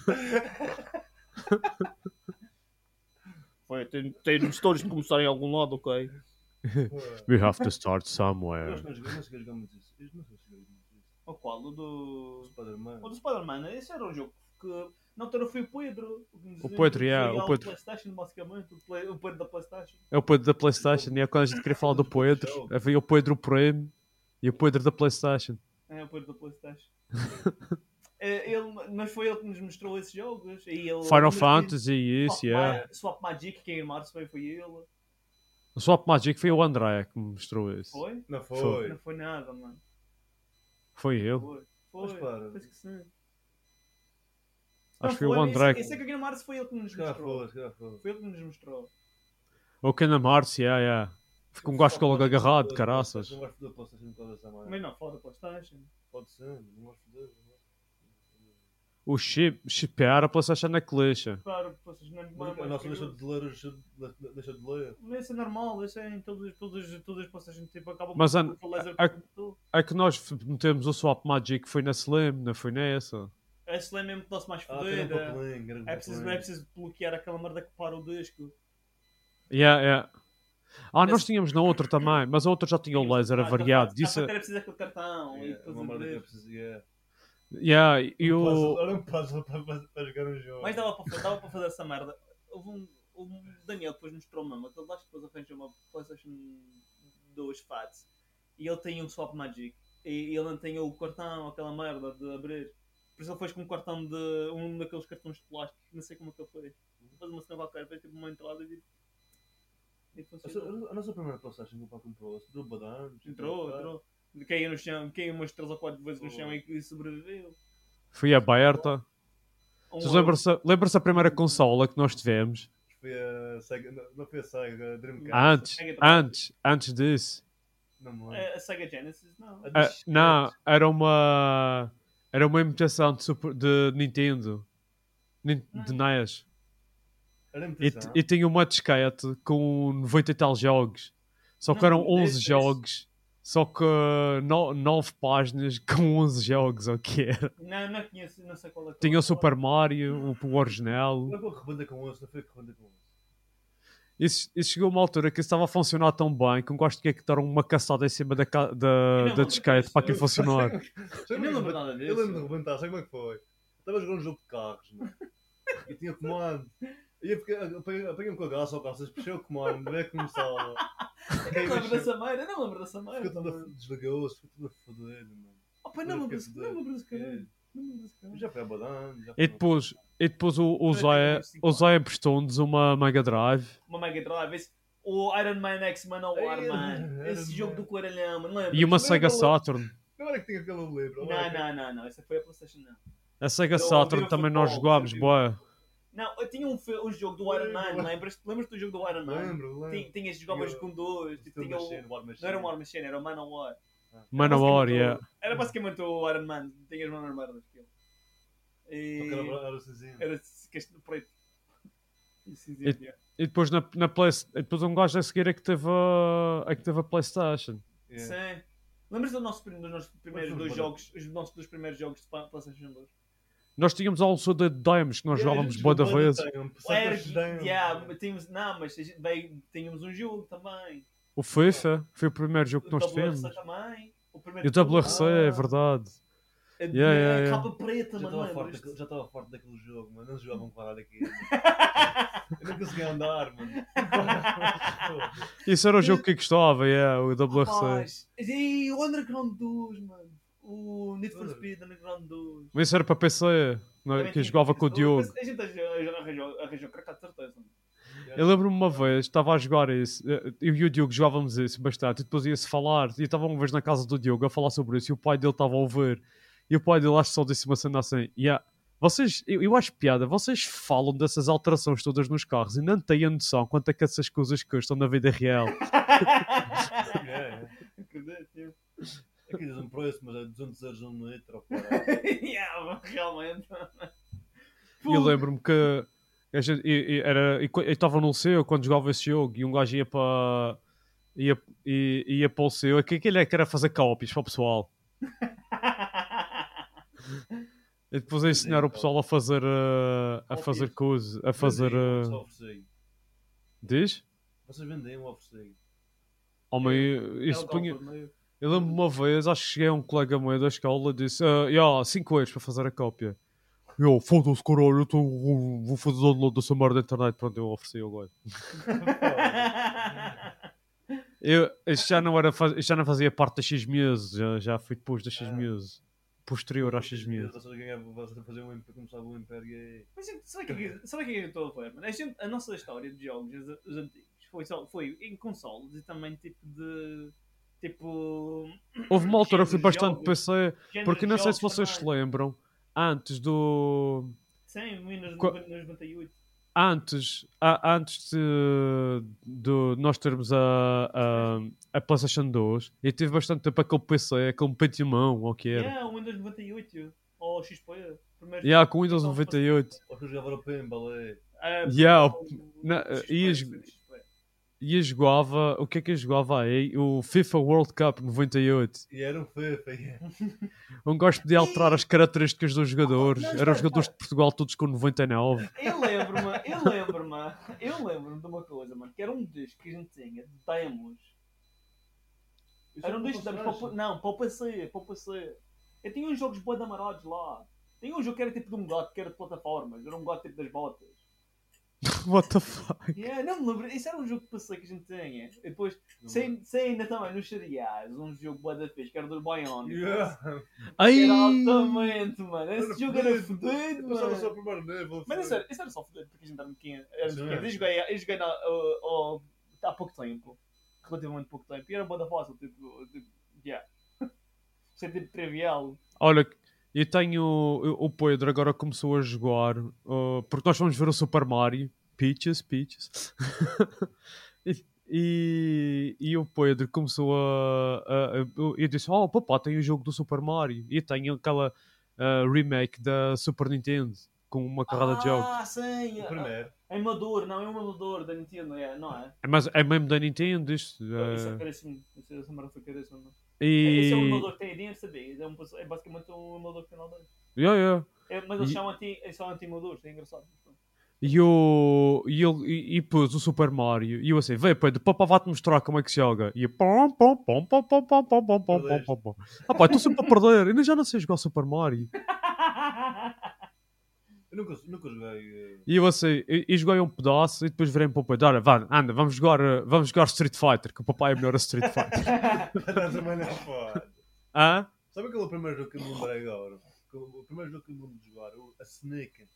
S2: Foi, tem, tem de começar em algum lado, ok?
S3: Pô,
S1: We have to start
S3: Eu
S1: somewhere.
S3: acho que não joguei- não cheguei a jogar muito isso. Eu não sei se joguei muito isso.
S2: O qual? O do.
S3: Spider-Man.
S2: O do Spider-Man, esse era um jogo que. Na altura foi o Pedro. o que nos-
S1: O Pedro,
S2: que
S1: yeah,
S2: foi
S1: o
S2: ao
S1: Pedro.
S2: PlayStation, basicamente. O, play, o Pedro da PlayStation.
S1: É o Pedro da Playstation. E é quando a gente queria falar do Pedro, havia o Pedro Prime e o Pedro da Playstation.
S2: É, o Pedro da PlayStation.
S1: <laughs>
S2: É, ele, mas foi ele que nos mostrou esses jogos. E ele, Swap
S1: Final Fantasy e isso,
S2: Ma-
S1: yeah.
S2: Swap Magic, quem armar também foi ele.
S1: O Swap Magic foi o André que me mostrou isso.
S2: Foi?
S3: Não
S1: Foi.
S3: foi.
S2: Não foi nada, mano.
S1: Foi eu.
S2: Foi,
S3: Mas
S2: foi.
S3: para.
S2: Penso que sim.
S1: Acho
S2: Não,
S1: que foi o André.
S2: Esse, esse é que o Guilherme Arce foi ele que nos
S3: Se calhar
S2: mostrou.
S3: foi, se calhar foi.
S2: Foi ele que nos mostrou.
S1: O Kingdom Hearts, yeah, yeah. Ficou um gajo ficou logo agarrado, caraças.
S3: Não gosto de PlayStation por causa dessa merda.
S2: Mas não, fora da PlayStation.
S3: Pode ser, não gosto de Deus. não.
S1: O chip, chipear a Playstation na clicha.
S2: Claro, vocês não é
S3: Mas
S2: não-
S3: A nossa
S2: não-
S3: deixa de ler, deixa de- deixa de ler.
S2: Mas isso é normal, isso é em todas, todas, todas as PlayStation. Tipo, acabam
S1: Mas
S2: por-
S1: an-
S2: por laser.
S1: a-
S2: por-
S1: É que nós f- metemos o Swap Magic foi na Slim, não foi nessa.
S2: A Slam é muito nosso mais
S3: Ah, tem um
S2: fodida.
S3: papelinho, grande
S2: É preciso, é
S1: um-
S3: papelinho.
S2: preciso bloquear aquela merda que para o disco.
S1: Yeah, yeah. Ah, nós
S2: Mas-
S1: tínhamos na outra também, mas a outra já tinha o laser
S2: Ah, então,
S1: avariado. é-
S2: ah,
S1: Disse,
S2: então Era preciso aquele cartão.
S3: É,
S2: e
S3: é
S2: depois
S3: uma merda que é
S2: abrir.
S3: preciso. é.
S1: yeah, e
S3: Um puzzle-
S1: o...
S3: Era um puzzle <laughs> para- para para jogar um jogo.
S2: Mas dava para, fa- dava para fazer essa merda. Houve um, houve um Daniel depois mostrou mesmo, aquele gajo que depois arranjou uma PlayStation 2 Fat e ele tem um Swap Magic e e ele não tem o cartão, aquela merda de abrir. Por isso ele fez com um cartão de. um daqueles cartões de plástico, não sei como é que ele fez. Fez uma cena qualquer, fez tipo uma entrada e. e
S3: A nossa-
S2: funcionou.
S3: A nossa primeira PlayStation que o pai comprou, se durou badante.
S2: Entrou, entrou. Caiu no chão, caiu umas 3 ou 4 vezes no chão e, e sobreviveu.
S1: Foi aberta.
S2: Um
S1: Vocês lembram-se lembram-se a primeira consola que nós tivemos?
S3: Foi a Sega, não- não foi a Sega, a Dreamcast.
S1: Antes,
S2: Mega Drive.
S1: antes, antes disso.
S3: Não me
S2: outro.
S3: lembro.
S2: A, a Sega É, Genesis, não.
S3: A
S1: Ah,
S3: Dreamcast.
S1: não, era uma. Era uma imitação de, Super- de Nintendo. Nin- De NES.
S3: Era
S1: E,
S3: imitação.
S1: e tinha uma disquete com 90 e tal jogos. Só que eram
S3: Não,
S1: 11
S3: esse- esse-
S1: jogos. Só que 9 páginas <laughs> com 11 jogos, ou o que era.
S3: Não, não conheço, não sei qual é. qual.
S1: Tinha o Super Mario, o, o original.
S3: Não foi que rebanda com osso, não foi que rebanda com osso.
S1: Isso, isso chegou a uma altura que isso estava a funcionar tão bem que eu gosto que é que deram uma caçada em cima da, ca- da,
S2: não, é
S1: da disquete para aquilo
S3: Eu-
S2: <laughs>
S1: funcionar.
S3: <laughs> Sabe
S2: Eu nem
S3: como é que
S2: lembro
S3: eu-
S2: nada disso.
S3: Eu lembro de rebentar, sabe como é que foi? Estava a jogar um jogo de carros, mano. E tinha comando. E eu fiquei- apanhei- apanhei-me com a graça ao carro, puxei o comando, não é que
S2: <laughs>
S3: começava.
S2: É Eu não lembro da
S3: Ficou
S2: Sameira, eu não lembro da Sameira.
S3: tudo a- desligou-se, ficou tudo a foder, mano.
S2: Opa, não lembro desse
S3: Fiquei
S2: não lembro desse caralho.
S3: É.
S2: Não lembro desse caralho.
S3: Já foi a Badano, já
S1: E
S3: foi a-
S1: depois, e depois o, o
S3: Eu tenho
S1: Zé,
S3: uns
S2: é
S3: cinco
S1: o Zé prestou-nos uma Mega Drive.
S2: Uma Mega Drive, esse- o Iron Man X Manowar,
S3: Ei,
S2: mano. Esse
S3: Iron
S2: jogo
S3: Man.
S2: do Coelhão, mano. lembra?
S1: E uma
S3: Mas
S1: Sega
S3: não-
S1: Saturn.
S3: Agora é que tinha aquele livro.
S2: Não,
S3: agora é que-
S2: não, não, não. Essa foi a PlayStation, não.
S1: A Sega
S2: Não,
S1: Saturn
S2: havia
S1: também
S2: futebol,
S1: nós jogámos,
S3: havia-
S1: boa.
S2: Não, eu tinha um, fi- um jogo do Iron Man,
S3: Lembro.
S2: lembras-te? Lembras-te do jogo do Iron Man?
S3: Lembro,
S2: Tinha-
S3: lembro.
S2: Tinhas jogavas
S3: Tinha
S2: com dois, tipo,
S3: Steel
S2: tinha
S3: Machine,
S2: o...
S3: War
S2: Não era
S3: Machine.
S2: um War Machine, era o Manowar.
S1: Manowar, yeah.
S2: Era basicamente o Iron Man, tinhas uma armada daquilo.
S3: Só
S2: E...
S3: que Era era o É. cinzinho.
S2: Era castanho preto. E cinza,
S1: E-
S2: yeah.
S1: E depois, na, na Play, e depois um gajo a seguir é que teve a, é que teve a Playstation.
S3: Yeah.
S2: Sim. Lembras do nosso prim- dos nossos primeiros
S3: Mas
S2: dois
S3: tudo bem.
S2: jogos, os nossos dois primeiros jogos de pa- PlayStation 2?
S1: Nós tínhamos a almoço de Dimes que
S2: É,
S1: nós jogávamos boa da vez.
S2: O Erg,
S1: né?
S2: yeah, tínhamos, não, mas a gente- bem, tínhamos um jogo também.
S1: O FIFA foi o primeiro jogo que
S2: o
S1: nós
S2: WRC
S1: tivemos.
S2: também. O primeiro
S1: E o WRC, é verdade.
S2: Ah,
S1: Yeah, yeah, yeah.
S2: Capa preta,
S3: Já
S2: mano.
S3: estava
S2: lembras-te?
S3: forte daquele- já estava forte daquele jogo, mano. Eles jogavam com a aqui.
S2: <laughs>
S3: Eu não conseguia andar, mano.
S1: Isso era o jogo que eu gostava, yeah, o WRC.
S2: Rapaz, E o Underground 2, mano. O Need for
S3: Olha.
S2: Speed Underground 2.
S1: Mas isso era para PC, não é?
S2: Também
S1: que eu
S2: tinha
S1: jogava com o
S2: isso.
S1: Diogo.
S2: Mas A gente arranjou- arranjou craca de certeza. mano.
S1: Eu lembro-me uma vez, estava a jogar isso, eh, eu e o Diogo jogávamos isso bastante, e depois ia-se falar, e eu estava uma vez na casa do Diogo a falar sobre isso, e o pai dele estava a ouvir, e o pai dele acho que só disse uma cena assim, yeah, vocês, eu, eu acho piada, vocês falam dessas alterações todas nos carros, e não têm a noção quanto é que essas coisas custam na vida real.
S3: <laughs> Yeah, yeah.
S2: Acredito, yeah.
S3: Aqui diz um preço, mas é 200 euros um litro. ou caralho.
S2: <laughs> Yeah, mano, realmente.
S1: E eu
S2: <laughs>
S1: lembro-me que a gente- e- e era, e co- eu estava no seu quando jogava esse jogo e um gajo ia para ia, ia, ia para o seu, que aquele é que era fazer cópias para o pessoal. E depois a ensinar o pessoal a fazer eh, a
S3: Cópias.
S1: fazer coisas, a fazer
S3: Vendiam,
S1: eh,
S3: só ofereciam.
S1: diz?
S3: Vocês vendiam ou ofereciam?
S1: Homem,
S2: É,
S1: eu, eu
S3: Era o
S1: suponho-
S3: tal torneio.
S1: eu lembro-me uma vez, acho que cheguei a um colega meu da escola e disse: ah, 5 euros para fazer a cópia. E Eu, foda-se, caralho, eu tô- vou fazer download dessa merda da internet. Pronto, eu ofereci agora. Eu, isto já não era, faz- isto já não fazia parte da X Muse, já, já fui depois da X
S2: Ah.
S1: Muse, posterior à X Muse.
S3: Vocês ganhavam, vocês faziam um império, começavam um império e...
S2: <laughs> Mas gente, sabe o que é que- sabe o que é que eu estou a falar, mano? A, gente- a nossa história de jogos, os, os antigos, foi, só, foi em consoles e também tipo de. Tipo.
S1: Houve uma altura que fui
S2: Jogos,
S1: bastante
S2: jogos,
S1: PC,
S2: género
S1: porque
S2: de
S1: não sei
S2: jogos
S1: se vocês se
S2: também.
S1: lembram, antes do.
S2: Sim, Windows
S1: Co-
S2: 98.
S1: Antes, a- antes de, de nós termos a, a, a PlayStation 2, eu tive bastante tempo aquele PC, aquele Pentium 1, ou o que era.
S2: Yeah, o Windows 98. Ou o XP. Primeiro.
S1: Yeah, com Windows 98.
S3: Ou que jogavam o pinball é, e...
S2: Ah,
S1: Yeah,
S2: o-
S1: na-
S2: o XP,
S1: e as-
S2: foi o XP.
S1: E eu jogava, o que é que eu jogava aí? O FIFA World Cup 98.
S3: E era um FIFA. e-
S1: Um gosto de alterar as características dos jogadores. Eram os jogadores de Portugal todos com 99.
S2: Eu lembro-me, eu lembro-me, eu lembro-me de uma coisa, mano, que era um disco que a gente tinha de demos.
S3: Isso
S2: Era um disco de
S3: para
S2: demos para o,
S3: vocês.
S2: P- não, para o PC, para o PC. Eu tinha uns jogos boi da Marodes lá. Tinha um jogo que era tipo de um gato, que era de plataformas, era um gato tipo das botas.
S1: What the fuck?
S2: Yeah, não me lembro, isso era um jogo de PC que a gente tinha. E depois, sem, sem ainda também, nos cereais, um jogo boi da fixe, que era dos Bionic.
S3: Yeah.
S1: Ai!
S2: Era altamente, mano, esse
S3: Era
S2: jogo era
S3: fodido.
S2: fodido,
S3: Eu passava
S2: mano.
S3: só o primeiro nível.
S2: Mas isso era, isso era só foder, porque a gente era um pequeno. Era um
S3: Sim.
S2: pequeno. Eu joguei, eu joguei na, uh, ao- há pouco tempo. Relativamente pouco tempo. E era boa da fácil, tipo. tipo yeah. <laughs> Isso é tipo trivial.
S1: Olha, eu tenho. O o Pedro agora começou a jogar. uh, porque nós vamos ver o Super Mario. Peaches, Peaches. <laughs> E- E, e o Pedro começou a, a, a- Eu disse: Oh, papá, tem o jogo do Super Mario. E tem aquela. ah, remake da Super Nintendo com uma carrada de jogos.
S2: Ah, sim.
S3: O
S2: É
S3: primeiro.
S2: Emulador, não é um emulador da Nintendo, é, não é?
S1: É, Mas é mesmo da Nintendo isto. ah,
S2: Isso é caríssimo. Isso- Essa merda foi caríssima. Esse é um
S1: e.
S2: emulador que tem a dinheiro, sabia? É, um, é basicamente um emulador que tem nada.
S1: Yeah, yeah.
S2: É, mas eles
S1: E-
S2: são anti- eles são anti-emuladores, é engraçado. <laughs>
S1: E, o, e, ele, e, e pôs o Super Mario. E eu assim, vê, Pedro, papá vai-te mostrar como é que se joga. E eu, pom, pom, pom, pom, pom, pom, pom, pom, pom, pom, pom, pom. Ah pá, estou sempre a perder. Ainda já não sei jogar Super Mario.
S3: Eu nunca, nunca joguei. eh,
S1: E eu assim, e, e joguei um pedaço e depois virei para o Pedro, olha, vá, anda, vamos jogar, eh, vamos jogar Street Fighter, que o papai é melhor a Street Fighter.
S3: eh, <laughs>
S1: Ah,
S3: Também
S2: <laughs>
S3: não pode.
S1: Hã?
S3: Sabe aquele primeiro jogo que eu me lembrei agora? Que O o primeiro jogo que eu me lembro de jogar, o- a Snake.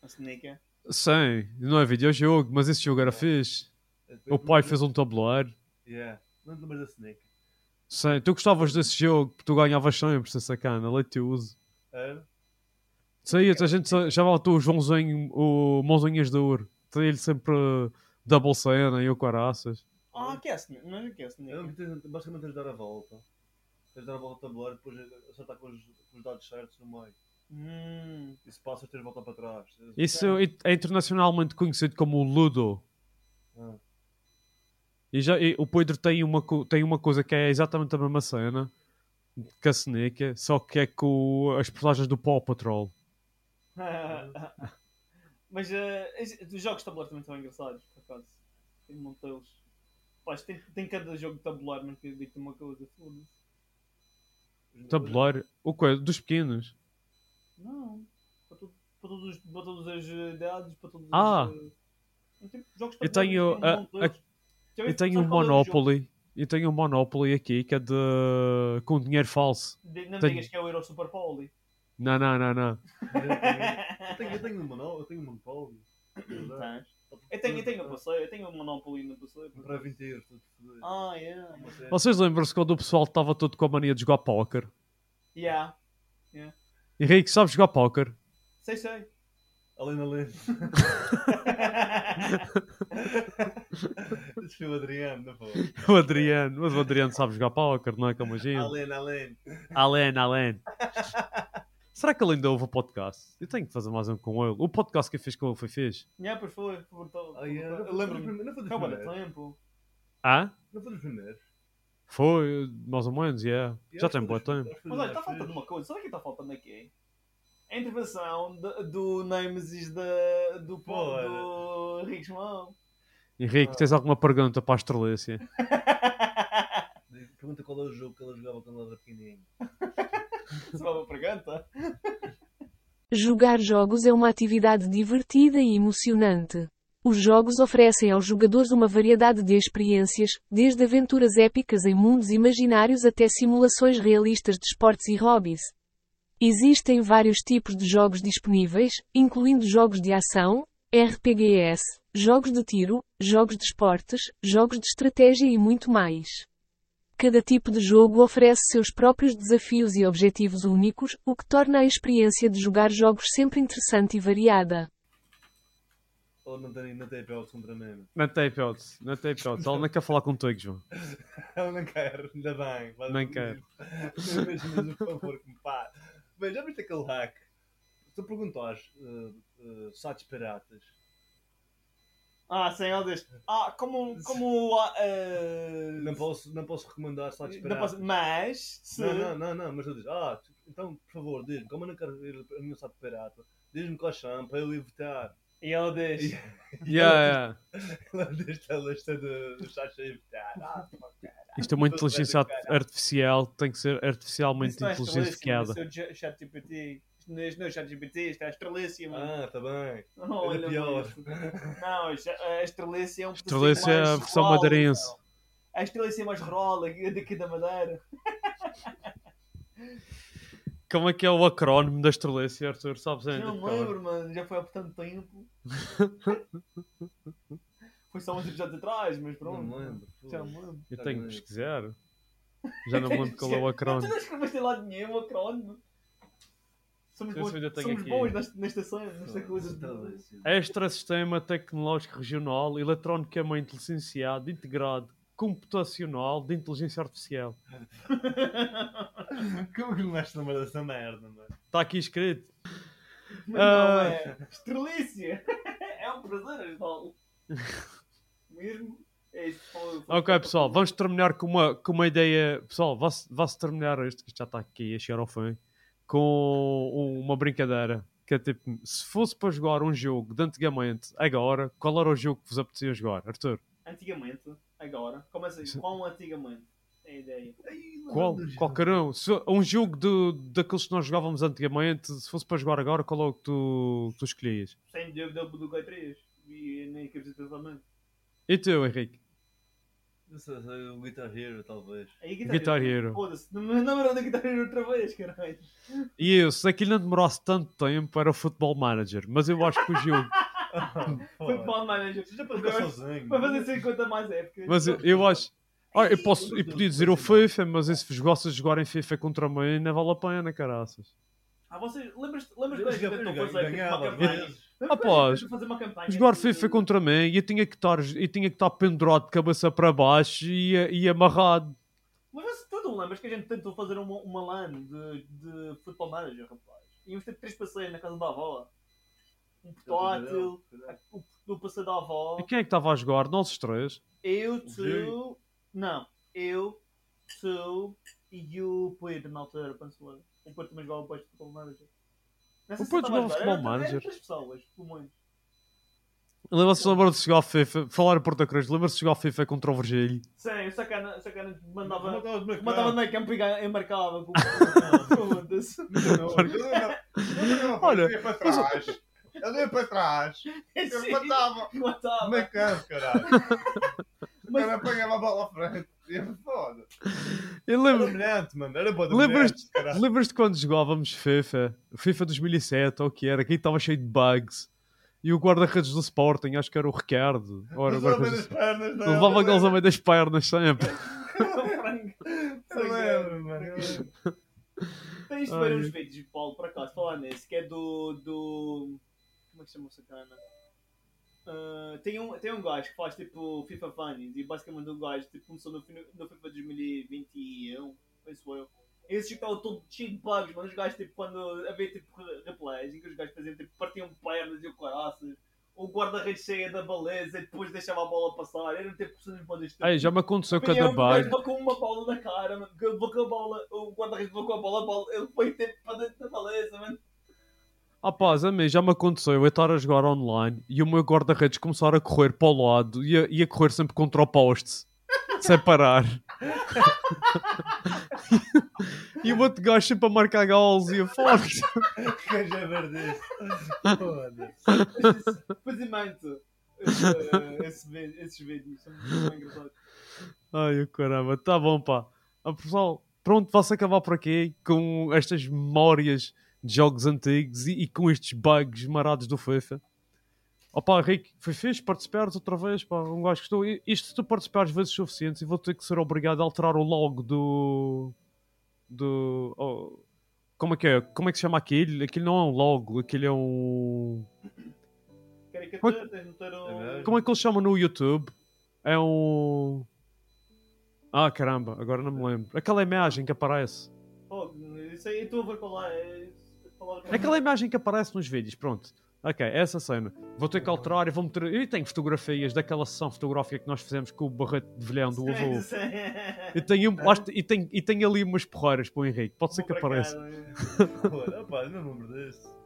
S2: A Sneaker.
S1: Sim, não é videojogo, mas esse jogo era fixe. O pai fez um tabuleiro.
S3: Yeah. Não te lembras da Snake?
S1: Sim, tu gostavas desse jogo, porque tu ganhavas sempre, se sacana, leite teu uso.
S3: Era?
S1: Sim, a gente só- chamava-te o Joãozinho, o Mãozinhas de Ouro. Tem ele sempre eh, double cena e o caraças.
S2: Ah, que é a Sneaker? Não é que é a
S3: É um que
S2: Sneaker?
S3: tens, basicamente tens de dar a volta. Tens de dar a volta ao tabuleiro e depois acertar com os, com os dados certos no meio.
S2: Hum.
S3: E se passas, tens de voltar para trás.
S1: Isso é internacionalmente conhecido como o Ludo.
S3: Ah.
S1: E, já, e o Pedro tem uma, co- tem uma coisa que é exatamente a mesma cena que a Sneaker, só que é com as personagens do Paw Patrol.
S2: mas eh, esse- os jogos de tabuleiro também são engraçados, por acaso. Tem um monte deles. Pás, tem, tem cada jogo de tabuleiro, mas que digo-te uma coisa, foda-se.
S1: Tabuleiro, o coisa, dos pequenos.
S2: Não. Para, tu- para todos, os- para todas as eh, idades, para todos os.
S1: Ah.
S2: eh, não tem jogos de tabuleiro,
S1: Eu tenho,
S2: tem um
S1: ah,
S2: monte deles. Já
S1: E
S2: viste?
S1: tem
S2: Sabe
S1: um
S2: qual é o jogo?
S1: Monopoly. E tem um Monopoly aqui que é de. com dinheiro falso.
S2: De- Não
S1: Tenho.
S2: digas que é o Euro Super Poly.
S1: Não, não, não, não.
S2: <laughs>
S3: Eu tenho, eu tenho um monopólio. Eu tenho um monopólio.
S2: Eu tenho, eu tenho no passeio, eu tenho o Monopoly no passeio.
S3: Para 20 euros, estou a foder.
S2: Ah, yeah.
S3: Uma série.
S1: Vocês lembram-se quando o pessoal estava todo com a mania de jogar póquer?
S2: Yeah.
S1: Henrique, sabes jogar póquer? <laughs>
S2: Sei, sei.
S3: Além
S2: <laughs>
S3: da lente. Esse foi é o Adriano, não foi?
S1: O Adriano, mas o Adriano sabe jogar póquer, não é como a gente?
S3: Além, além.
S1: Alen, Alen. <laughs> Será que ele ainda ouve o podcast? Eu tenho que fazer mais um com ele. O podcast que eu fiz com ele foi fixe.
S2: yeah, pois foi. por- por-
S3: Ah, yeah.
S2: por-
S3: Não
S2: é, Eu
S3: foi-
S2: lembro-me.
S3: Não é. foi dos
S2: Acaba de
S3: primeiros.
S2: tempo.
S1: Ah?
S3: Não foi dos primeiros.
S1: Foi, mais ou menos, yeah. Já tem boa tempo.
S3: é,
S2: Mas olha, está faltando uma coisa. Sabe o que está faltando aqui? A intervenção de- do Nemesis da- do
S3: Porra.
S2: povo do Rick João.
S1: Henrique, tens alguma pergunta para a Estrelícia?
S3: Pergunta qual é o jogo que ela jogava quando ela era pequenininha.
S2: <laughs> Se vai uma pergunta.
S4: Jogar jogos é uma atividade divertida e emocionante. Os jogos oferecem aos jogadores uma variedade de experiências, desde aventuras épicas em mundos imaginários até simulações realistas de esportes e hobbies. Existem vários tipos de jogos disponíveis, incluindo jogos de ação, RPGs, jogos de tiro, jogos de esportes, jogos de estratégia e muito mais. Cada tipo de jogo oferece seus próprios desafios e objetivos únicos, o que torna a experiência de jogar jogos sempre interessante e variada.
S3: Ela não tem, não tem pele contra mim.
S1: Não tem hipótese, não tem hipótese. Ele não quer falar contigo, João.
S3: <laughs> Ela não quer, ainda bem. Mas-
S1: Nem quer.
S3: <laughs> Não imaginas o favor que me faz. Bem, já viste aquele hack? Se tu perguntares eh, eh, sites piratas,
S2: Ah, sim, ó Deus. Ah, como. como ah, eh,
S3: não posso, não posso recomendar sites
S2: não
S3: piratas.
S2: posso- Mas. Se...
S3: Não, não, não, não, mas eu disse, ah, tu- então, por favor, diz-me, como eu não quero ver a minha site pirata, diz-me quais são para eu evitar. <laughs>
S2: E ele diz.
S1: Yeah, yeah.
S3: Ela diz-te a lista de- dos sites a evitar. Ah,
S1: Isto é uma inteligência art- artificial, tem que ser artificialmente
S2: Isto não é
S1: inteligencificada.
S2: estrelíssimo, isto é o chat GPT. Isto não é- isto não é o chat GPT, isto é a estrelícia, mano.
S3: ah tá bem.
S2: Não, olha,
S3: pior.
S2: mano. Não, isto- a estrelícia é um
S1: Estrelícia
S2: pedacinho
S1: é a
S2: mais
S1: versão
S2: rural,
S1: madeirense.
S2: então. A estrelícia é mais rural aqui- daqui da Madeira.
S1: Como é que é o acrónimo da Estrelícia, Arthur? Sabes ainda?
S2: não me
S1: cara?
S2: lembro, mano. Já foi há tanto
S1: <laughs>
S2: tempo. foi só uns episódios atrás, mas
S3: Não
S2: pronto.
S3: me lembro. Tá
S2: Já me lembro.
S1: Eu tenho que pesquisar. Já não me
S2: <laughs>
S1: lembro qual é o
S2: Tu
S1: acrónimo.
S2: não escreveste em lado nenhum o acrónimo. Somos
S1: Esse
S2: bons,
S1: vídeo eu tenho
S2: somos
S1: aqui.
S2: bons nesta, nesta cena, nesta coisa.
S3: tá
S2: de-
S3: Estrelícia.
S1: é Extra Sistema Tecnológico Regional, eletronicamente licenciado, integrado, computacional de inteligência artificial.
S3: <laughs> Como que não vais lembrar dessa merda, mano?
S1: Está aqui escrito.
S2: Mas não
S1: Ah.
S2: é. Estrelícia! <laughs> É um prazer,
S1: <laughs>
S2: Osvaldo. Mesmo. É isto, foi- foi-
S1: Ok, pessoal, vamos terminar com uma, com uma ideia. Pessoal, vá-se vá-se terminar este, que já está aqui a chegar ao fim, com um- uma brincadeira. Que é tipo, se fosse para jogar um jogo de antigamente, agora, qual era o jogo que vos apetecia jogar? Arthur,
S2: Antigamente, agora, começa aí.
S1: Sim.
S2: Quão antigamente é a ideia?
S1: qual, qualquer um. Se, um jogo de, daqueles que nós jogávamos antigamente, se fosse para jogar agora, qual é o que tu, tu escolhias?
S2: Sem dúvida, o Budokai 3. E nem cabeça de pensamento.
S1: E tu, Henrique?
S3: Não sei, sei, o Guitar Hero, <laughs> talvez.
S2: Aí,
S1: Guitar Hero.
S2: Foda-se, não me lembro da Guitar Hero outra vez, caralho.
S1: E eu, se aquilo não demorasse tanto tempo, era o Football Manager, mas eu acho que o jogo.
S2: Foi para o manager.
S3: Já para jogar
S2: é Para
S3: Ah, sozinho. né?
S2: fazer 50 mais épicas.
S1: Mas eu, eu acho. Ah, eu posso, eu podia dizer o FIFA, mas e se vos gostas de jogar em FIFA contra mim, não vale a pena, caraças.
S2: Ah, vocês. Lembras-te lembras
S3: Eu
S2: quando a gente
S3: já-
S2: tentou
S3: eu já-
S2: fazer tipo, uma
S3: ganhava,
S2: campanha?
S3: vezes.
S2: Lembra
S1: Ah,
S2: quando a
S1: pá,
S2: gente tentou fazer uma campanha?
S1: Jogar
S2: de-
S1: FIFA contra mim e eu tinha que estar, eu tinha que estar pendurado de cabeça para baixo e, e amarrado.
S2: Mas você- tu não lembras que a gente tentou fazer uma, uma LAN de, de futebol manager, rapaz? Íamos ter três passeios na casa da avó. Um portátil, o, o passeio da avó,
S1: E quem é que estava a jogar? Nós os três.
S2: eu,
S3: Rui.
S2: tu... Não, eu, tu e o Pedro na altura, penso eu. O Pedro também jogava depois de futebol manager. Não sei
S1: O
S2: se
S1: Pedro
S2: tu estavas a ver,
S1: jogava Futebol
S2: era- era
S1: Manager.
S2: três pessoas, pelo menos.
S1: Lembra-se lembra de jogar FIFA, falar em Porta Cruz, lembra-se de jogar FIFA contra o Virgílio.
S2: Sim, o Sacana, o Sacana mandava...
S3: Matava de mercado.
S2: Mandava no meio campo e ganha- e marcava
S3: <laughs>
S2: com Foda-se.
S1: Olha,
S3: Olha, eu ia para trás. Eu ia para <laughs> trás. Eu
S2: <laughs> Sim,
S3: matava.
S2: matava.
S3: Na casa, <laughs> caralho. O
S2: Mas-
S3: cara apanhava a bola à frente. Ia foda.
S1: E
S3: Era
S1: lembra-
S3: brilhante, mano. Era boa
S1: Lembras-te
S3: brilhante, caralho.
S1: lembras-te quando jogávamos FIFA, FIFA 2007, ou o que era, que estava cheio de bugs. E o guarda-redes do Sporting, acho que era o Ricardo. Ou era o
S3: Levava
S1: guarda-redes do
S3: das pernas, não é?
S1: Levava aqueles a meio das pernas sempre.
S2: Frango.
S3: Eu lembro, mano. eu lembro.
S1: <laughs>
S2: Tens de
S1: Ai,
S2: ver uns
S1: meu.
S2: vídeos, Paulo, por acaso, falar nisso, que é do. do... Como é que se chama o sacana? Ah, tem, um, tem um gajo que faz tipo FIFA Funnies e basicamente um gajo tipo, começou no, fina- no FIFA 2021, penso eu. tipo, Esse jogo estava todo cheio de bugs, mas os gajos tipo quando havia tipo re- replays em que os gajos faziam tipo partiam pernas e o caraças, o guarda-redes saía da baleza e depois deixava a bola passar, era tipo cenas bandas tipo,
S1: Ei, já me aconteceu
S2: Vinha
S1: cada
S2: um gajo
S1: bug.
S2: com uma bola na cara, mano. que Levou a bola, o guarda-redes levou com a bola, a bola, ele foi tempo para dentro da baleza, mano.
S1: Rapaz, a mim já me aconteceu eu estar a jogar online e o meu guarda-redes começar a correr para o lado e a, e a correr sempre contra o poste. <laughs> Sem parar. <laughs> e o outro gajo sempre a marcar gols e a falar.
S3: Que já verdade. Foda-se.
S2: Pois imenso. Esse- eh, esse vídeo- Esses vídeos são muito engraçados.
S1: Ai, o caramba, tá bom, pá. Ah, pessoal, pronto, vá-se acabar por aqui com estas memórias de jogos antigos e, e com estes bugs marados do FIFA. Opa, Henrique, foi fixe participares outra vez, pá, um gajo gostou. I- Isto se tu participares vezes suficientes e vou ter que ser obrigado a alterar o logo do... do... oh, como é que é? Como é que se chama aquilo? Aquilo não é um logo, aquilo é um...
S2: Caricatura, tens de ter um.
S1: é Como é que eles chamam no YouTube? É um. Ah, caramba, agora não me lembro. Aquela imagem que aparece.
S2: Oh, isso aí estou a ver qual é. é- falar com-
S1: Aquela imagem que aparece nos vídeos, pronto. Ok, é essa cena. Vou ter que alterar e vou meter. Eu tenho fotografias daquela sessão fotográfica que nós fizemos com o barreto de velhão do avô.
S2: <laughs> Sim, sim.
S1: E tenho, um- acho que- e tenho, e tenho ali umas porreiras para o Henrique. Pode ser que
S2: Vou para
S1: apareça.
S2: cá,
S3: Foda-se. Opa, eu não me lembro disso.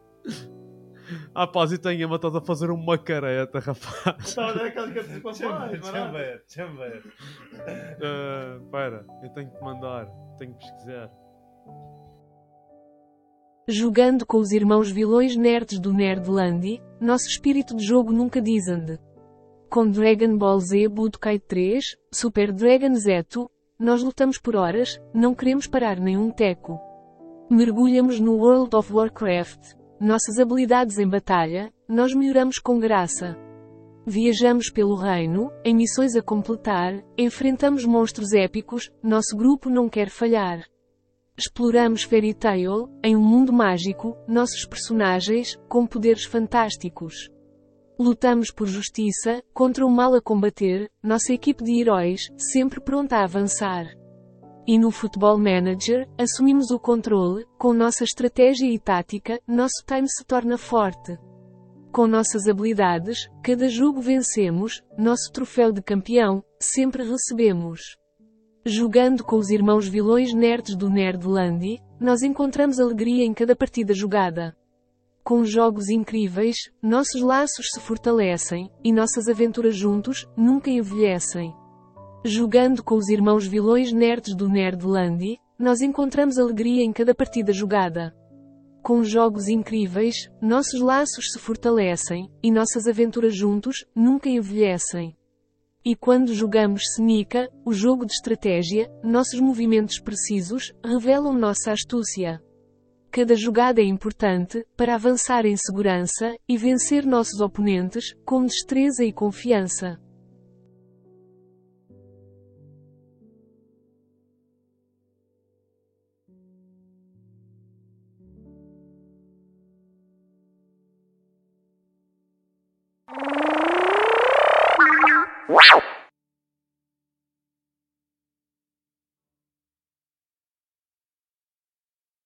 S1: Ah, pá, e tenho a matada a fazer uma careta, <laughs> rapaz.
S2: Eu estava a dar aquela coisa
S3: <laughs>
S2: com a
S3: Chamber,
S2: voz,
S3: chamber, chamber.
S1: Ah, Espera, eu tenho que mandar. Tenho que pesquisar.
S4: Jogando com os irmãos vilões nerds do Nerdland, nosso espírito de jogo nunca dizende. Com Dragon Ball Z Budokai 3, Super Dragon Zeto, nós lutamos por horas, não queremos parar nenhum teco. Mergulhamos no World of Warcraft. Nossas habilidades em batalha, nós melhoramos com graça. Viajamos pelo reino, em missões a completar, enfrentamos monstros épicos, nosso grupo não quer falhar. Exploramos Fairy Tail, em um mundo mágico, nossos personagens, com poderes fantásticos. Lutamos por justiça, contra o mal a combater, nossa equipe de heróis, sempre pronta a avançar. E no Football Manager, assumimos o controle, com nossa estratégia e tática, nosso time se torna forte. Com nossas habilidades, cada jogo vencemos, nosso troféu de campeão, sempre recebemos. Jogando com os irmãos vilões nerds do Nerdland, nós encontramos alegria em cada partida jogada. Com jogos incríveis, nossos laços se fortalecem, e nossas aventuras juntos nunca envelhecem. Jogando com os irmãos vilões nerds do Nerdland, nós encontramos alegria em cada partida jogada. Com jogos incríveis, nossos laços se fortalecem, e nossas aventuras juntos nunca envelhecem. E quando jogamos Senica, o jogo de estratégia, nossos movimentos precisos revelam nossa astúcia. Cada jogada é importante para avançar em segurança e vencer nossos oponentes com destreza e confiança.
S5: Wow.